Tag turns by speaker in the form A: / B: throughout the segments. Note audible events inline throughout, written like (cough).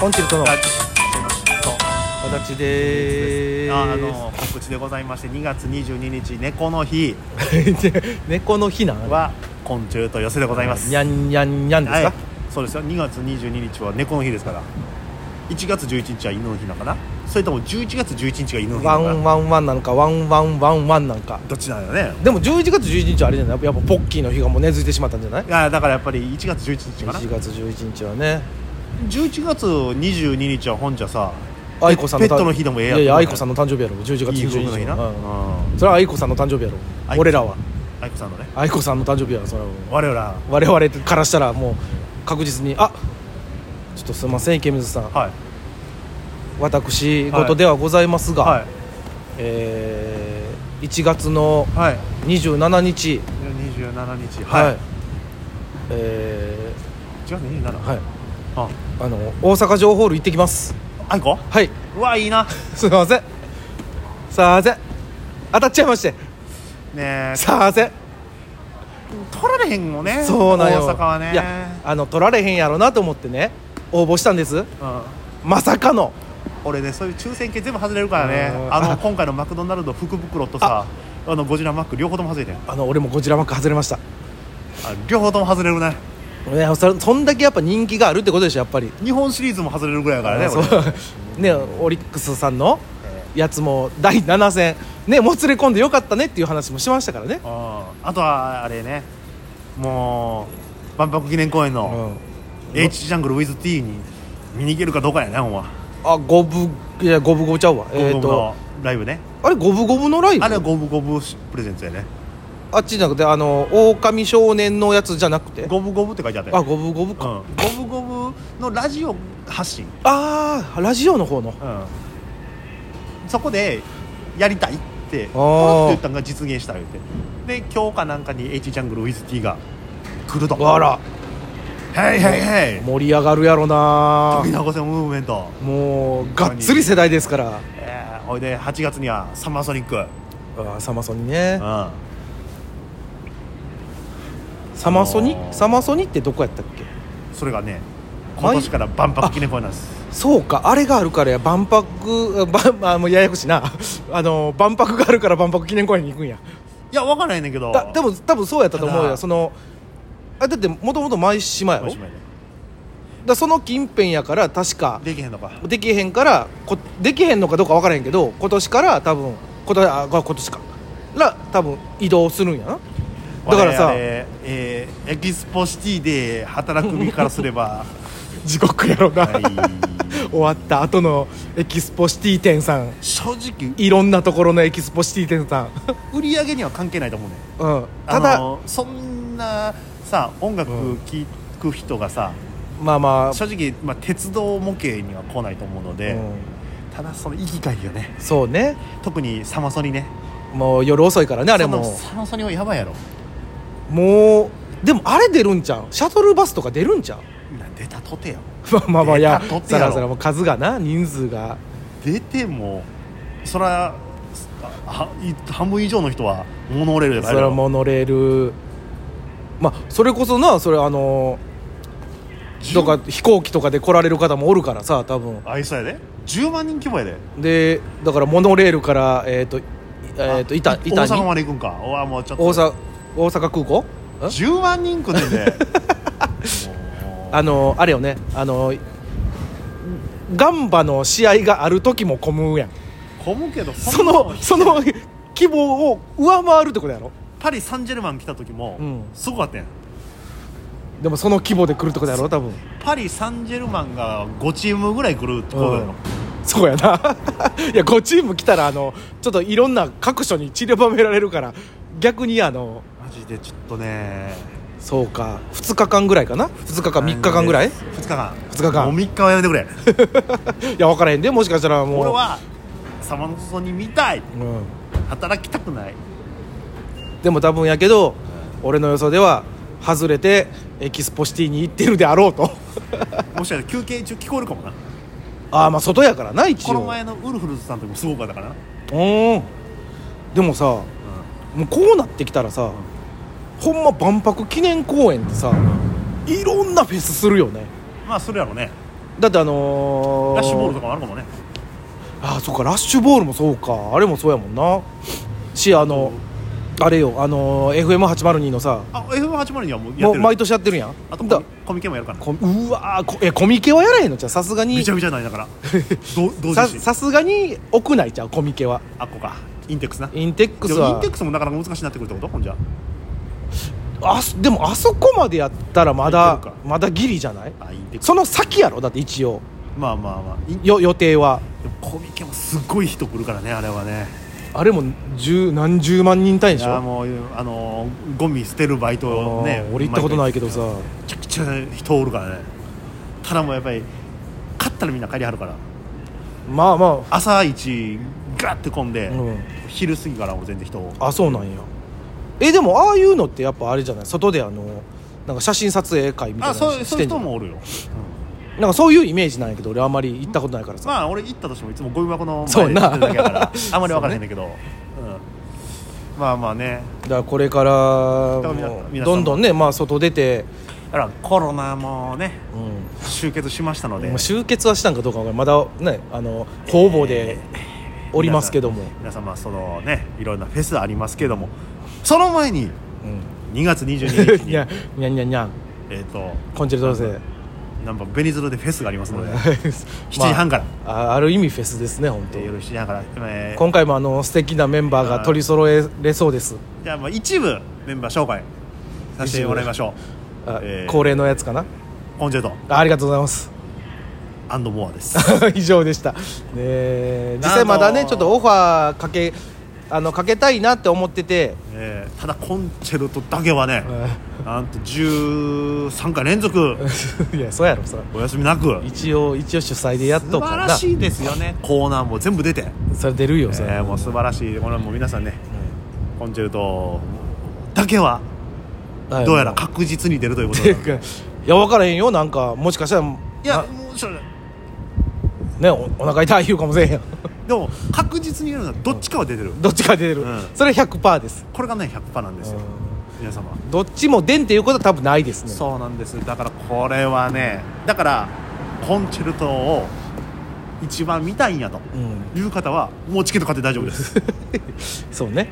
A: コンチェルトの
B: ラジそう
A: 私でーす
B: ああの告知でございまして2月22日猫の日
A: (laughs) 猫の日なん
B: は昆虫と寄せでございます
A: にゃんにゃんにゃんですか、
B: はい、そうですよ2月22日は猫の日ですから1月11日は犬の日なのかなそれとも11月11日が犬の日
A: ワ
B: なのか
A: ン
B: な
A: ワンワンなのかワンワンワンワンなんか
B: どっちなのよね
A: でも11月11日はあれじゃないやっぱポッキーの日がもう根付いてしまったんじゃない
B: あだからやっぱり1月11日かな
A: ?11 月11日はね
B: 11月22日は本じゃさ
A: 愛子さん
B: ペットの日でもええ
A: や
B: や
A: ん
B: ん
A: いやいや愛子さんの誕生日やろ11月
B: いい
A: 11
B: 夫婦の
A: 日
B: 日な、
A: はうん
B: うん
A: それは愛子さんの誕生日やろ
B: 愛子
A: 俺らは
B: 愛子さんのね
A: 愛子さんの誕生日やろそれは
B: 我々は
A: 我々からしたらもう確実にあちょっとすいません池水さん
B: はい
A: 私事ではございますが、
B: は
A: えー1月の
B: いはい
A: 27日
B: 27日
A: はい、
B: はい
A: え
B: 1月27
A: ー
B: 日
A: はい
B: あ
A: あの大阪城ホール行ってきます
B: 愛子
A: はいう
B: わいいな
A: すいませんさあぜ当たっちゃいまして
B: ねえ
A: さあぜ
B: 取られへんもんね
A: そうなんよ
B: 大阪はね
A: いやあの取られへんやろなと思ってね応募したんです
B: うん、
A: まさかの
B: 俺ねそういう抽選券全部外れるからね
A: うん
B: あの
A: あ
B: 今回のマクドナルド福袋とさあのゴジラマック両方とも外れてん
A: あの俺もゴジラマック外れました
B: あ両方とも外れるね
A: ねそそんだけやっぱ人気があるってことでしょやっぱり
B: 日本シリーズも外れるぐらいだからね
A: そう
B: 俺
A: (laughs) ねオリックスさんのやつも第7戦ねもつれ込んでよかったねっていう話もしましたからね、
B: うんあとはあれねもう万博記念公園
A: う
B: の
A: ん、
B: H ジャングル WithT に見に行けるかどうかやねほんま
A: あ五分いや五分五分ちゃうわえ
B: ゴ
A: っ、と
B: ブゴブのライブね
A: あれ五分五分のライブ
B: あれ
A: あ
B: はゴブゴブプレゼンツやね
A: っちじゃなくてあの狼少年のやつじゃなくて
B: ゴブゴブって書いてあったよ
A: あ五分五分か、
B: うん、ゴブゴブのラジオ発信、
A: ああラジオの方の
B: うん、そこでやりたいって
A: あー
B: ポロって言ったんが実現した言うてで今日かなんかに H ジャングル WithT が来ると
A: あら
B: はいはいはい
A: 盛り上がるやろな
B: みなこせムーブメント、
A: もうがっつり世代ですから
B: えー、ほいで8月にはサマーソニック、
A: あーサマソニね
B: うん、
A: サマソニ
B: あのー
A: サマソニってどこやったっけ
B: それがね今年から万博記念公園なんです
A: そうかあれがあるからや万博 (laughs) ばあもうややこしいな (laughs) あの万博があるから万博記念公園に行くんや
B: いや分からへんねんけど
A: だでも多分そうやったと思う
B: た
A: よ
B: だ
A: そのあだってもともと舞島やろ
B: お
A: だ
B: し
A: か
B: まいで
A: らその近辺やから確か
B: できへんのか
A: できへんからこできへんのかどうか分からへんけど今年から多分今年あこ今年から多分移動するんやなだからさ
B: 我々えーエキスポシティで働く身からすれば
A: 地獄やろ (laughs) な、
B: はい
A: (laughs) 終わった後のエキスポシティ店さん
B: 正直
A: いろんなところのエキスポシティ店さん、
B: 売り上げには関係ないと思うねん
A: うん、ただ、
B: あのそんなさ音楽聴く人がさ、
A: まあまあ
B: 正直、まあ、鉄道模型には来ないと思うので、
A: う
B: ただその息がいいよね
A: ん、そうね
B: 特にサマソニね
A: もう夜遅いからねあれ
B: その
A: も
B: サマソニはやばいやろ
A: もうでもあれ出るんちゃうシャトルバスとか出るんちゃう (laughs)
B: 出たとてよ
A: まあまあまあいや
B: 出たとて
A: さ
B: やろ
A: らさらもう数がな人数が
B: 出てもそらは半分以上の人はモノレールで
A: それはモノレールまあそれこそなそれあの
B: 10
A: とか飛行機とかで来られる方もおるからさ多分
B: あいそうやで10万人規模やで
A: でだからモノレールからえっ、といえっ、と板
B: あ
A: 板
B: 大
A: に
B: 阪まで行くんかうわもうちょっと
A: 大阪大阪空港ん
B: 10万人来ねん
A: (laughs)
B: でもう
A: あのあれよねあのガンバの試合がある時も混むやん
B: 混むけど
A: そのその希望を上回るってことやろ
B: パリ・サンジェルマン来た時も、
A: うん
B: すごかったやん
A: でもその規模で来るってことやろ多分
B: パリ・サンジェルマンが5チームぐらい来るってことやろ、
A: うんそうやな (laughs) いや5チーム来たらあのちょっといろんな各所に散りばめられるから逆にあの
B: マジでちょっとね
A: そうか2日間ぐらいかな2日か3日間ぐらいい
B: 2日間
A: 二日間
B: もう3日はやめてく
A: (laughs)
B: れ
A: や分からへんでもしかしたらもう
B: 俺はサマのソに見たい
A: うん、
B: 働きたくない
A: でも多分やけど俺の予想では外れてエキスポシティに行ってるであろう
B: (laughs)
A: と
B: もしかしたら休憩中聞こえるかもな
A: ああまあ外やからな一応
B: この前のウルフルズさんともすごかったからな、
A: うんでもさもうこうなってきたらさ、ほんま万博記念公園ってさいろんなフェスするよね
B: まあそれやろね
A: だってあのー、
B: ラッシュボールとかもあるかもね
A: ああそっかラッシュボールもそうかあれもそうやもんなしあのあれよあのー FM802 のさ
B: あ F802 はもうや
A: も
B: って
A: う
B: る
A: 毎年やってるやん
B: あとコ
A: だ
B: ミコミケもやるから
A: こうわーこえコミケはやらへんのじゃうさすがに
B: びちゃびちゃになりながらどう同
A: さ
B: 時に
A: さすがに屋内ちゃうコミケは
B: あっこかインテックスな
A: インテック
B: で
A: ス
B: もイン
A: は
B: テックスもなかなか難しいなってくるってことほんじゃ
A: あそでもあそこまでやったらま
B: い
A: だ
B: けるか
A: まだギリじゃない
B: あインテックス
A: その先やろだって一応
B: まあまあまあインで
A: よ予定は
B: もコミケもすごい人来るからねあれはね
A: あれも十何十万人単位
B: い
A: でし
B: や
A: ょ
B: もうあのゴミ捨てるバイトをね
A: あー俺行ったことないけどさ
B: めちゃくちゃ人おるからねただもうやっぱり勝ったらみんな帰りはるから
A: まあま
B: 朝一ガッて混んで、
A: あ、うん、
B: 昼過ぎから俺全然人を
A: あそうなんやえでもああいうのってやっぱあれじゃない外であのなんか写真撮影会みたい
B: あ
A: な
B: そう
A: の
B: いう
A: し
B: そう
A: て
B: い
A: ん
B: う
A: じゃ
B: 人
A: ん
B: もおるよ、
A: なんかそういうイメージなんやけど俺あんまり行ったことないからさ、
B: まあ俺行ったとしてもいつもゴミ箱の
A: そう
B: 前で
A: な
B: 行ってるだけだから
A: (laughs)
B: あんまり分からへんねんけどう、ん、まあまあね
A: だからこれから
B: だから皆
A: もう
B: 皆さん
A: ど
B: も
A: んどんねまあ外出て、
B: だからコロナもね
A: う
B: 終結しましたの
A: ん、
B: で
A: もう集結はしたんかどうかわからんまだねあの方々でおりますけども、
B: 皆様皆様そのねいろんなフェスありますけどもその前に2月22
A: う
B: 日
A: ん、
B: に
A: にゃにゃんにゃんにゃん
B: えっと
A: コンチェルトロセ
B: なんかベニズルでフェスがありますので7時半から、
A: あある意味フェスですね本当、
B: えー夜7時半から、えー
A: 今回もあの素敵なメンバーが取り揃えれそうです
B: じゃあまあ一部メンバー紹介させてもらいましょ
A: あ
B: えー
A: 恒例のやつかな
B: うコンジェルト
A: あありがとうございます (laughs)
B: アンドモアです
A: 以上でした、ねえ、実際まだ
B: あ
A: ね
B: のー
A: ちょっとオファーかけあのかけたいなって思ってて、 (laughs)
B: えーただコンチェルトだけはね
A: う、ん
B: なんと13回連続
A: いやそうやろさ
B: お休みなく
A: 一応一応主催でやっと
B: 素
A: うか
B: 晴
A: ら
B: ら
A: な
B: しいですよねコーナーも全部出て、
A: それ出るよそれ、
B: えーもう素晴らしいこれはもう皆さんねコンチェルトだけは
A: はい
B: どうやら確実に出るということ
A: て
B: で
A: いうかいや分からへんよなんかもしかしたらい
B: いやもうそれ
A: ねおお腹痛い言うかもしれへんやん
B: でも確実に言えるのはどっちかは出てる、
A: (laughs) どっちか出てる、
B: うん
A: それ100%です、
B: これがね100%なんですよ、皆様
A: どっちも出んっていうことは多分ないですね
B: そうなんですだからこれはねだからコンチェルトを一番見たいんやと
A: う,、ん、
B: いう方はもうチケット買って大丈夫です
A: そうね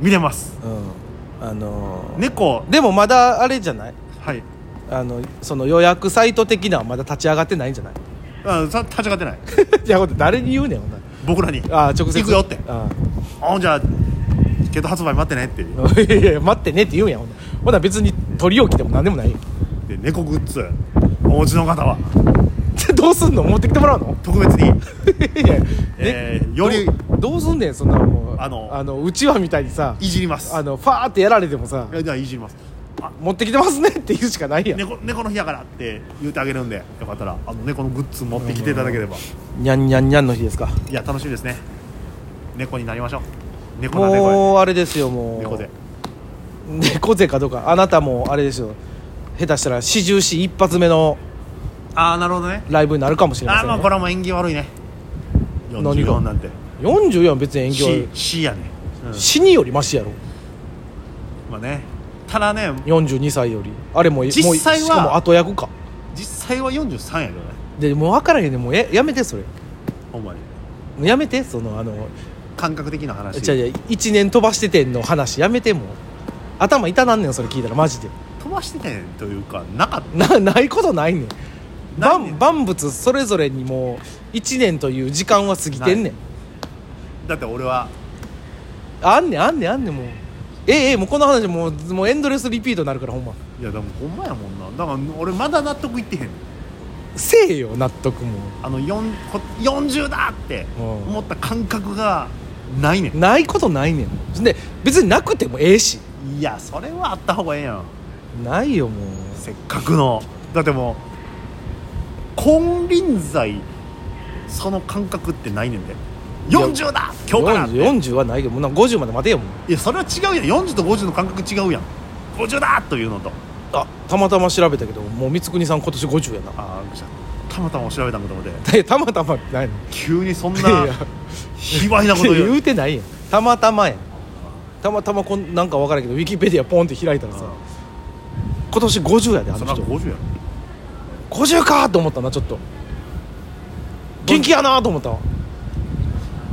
B: 見れます
A: うんあのー
B: 猫
A: でもまだあれじゃない
B: はい
A: あのその予約サイト的なのはまだ立ち上がってないんじゃない (laughs)
B: あさ立ち上がってない
A: いやほんと誰に言うねんほんなら
B: 僕らに
A: ああ直接
B: 行くよって
A: あ
B: あじゃあチケット発売待ってねっていう
A: あ (laughs) いやいや待ってねって言うんやほんならほんなら別に取り置きでも何でもないよ (laughs)
B: で猫グッズお持ちの方は
A: どうすんの持ってきてもらうの
B: 特別に
A: いや、ね
B: えーより
A: どうどうすんねんそんなもう
B: あの
A: あのうちわみたいにさ
B: いじります
A: あのファーってやられてもさ
B: いやじゃあいじります
A: 持ってきてますねって言うしかないやん、
B: 猫猫の日やからって言うてあげるんでよかったらあの猫のグッズ持ってきていただければ
A: にゃんにゃんにゃんの日ですか
B: いや楽しみですね猫になりましょう猫だ猫
A: もうあれですよも
B: で
A: う
B: 猫で
A: 猫背かどうかあなたもあれですよ下手したら四十四一発目の
B: ああなるほどね
A: ライブになるかもしれませ
B: ああ
A: ん、
B: まあ
A: ね
B: こ、れはもう縁起悪いね
A: 何
B: 44
A: が
B: なんて
A: 44は別に演技は
B: C, C やね、うん
A: 死によりマシやろ
B: まあねただね
A: 42歳よりあれも
B: 実際は
A: もうしかも後役か
B: 実際は43やけどね
A: でもう分からへんねもうややめてそれも
B: ほんまに
A: うやめてそのあの
B: 感覚的な話
A: じゃじゃ1年飛ばしててんの話やめてもう頭痛なんねんそれ聞いたらマジで
B: 飛ばしてねというかなかっ
A: なないことないねん
B: ない
A: 万
B: ねん
A: 万物それぞれにもう1年という時間は過ぎてんねん
B: だって俺は
A: あんねんあんねんあんねんもうええええもうこの話もうもうエンドレスリピートになるからほんま
B: いやでもほんまやもんなだから俺まだ納得いってへん
A: せえよ納得も
B: あの4こ40だって思った感覚がないねん
A: ないことないねんで別になくてもええし
B: いやそれはあった方がええやん
A: ないよもう
B: せっかくのだってもう金輪際その感覚ってないねんで40だ今日からって
A: 40, 40はないけどもうなんか50まで待てよもう
B: いやそれは違うやん40と50の感覚違うやん50だというのと
A: あたまたま調べたけどもう光国さん今年50やな
B: ああたまたま調べたんかと思って
A: でたまたまってないの
B: 急にそんない
A: や
B: 卑猥な
A: (laughs)
B: こと (laughs) 言う
A: 言うてないやんたまたまやんたまたまこんなんか分からんけどウィキペディアポンって開いたらさ今年50やであ
B: そ
A: の
B: れは
A: 人
B: 50やろ
A: 50かと思ったなちょっと元気やなと思ったわ、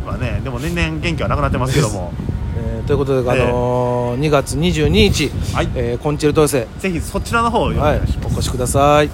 B: まあねでも年々元気はなくなってますけども
A: えーということで、あのー2月22日、
B: はい
A: えーコンチェルト寄せ、
B: ぜひそちらの方をお
A: は
B: 願
A: い
B: いします、、
A: お越しください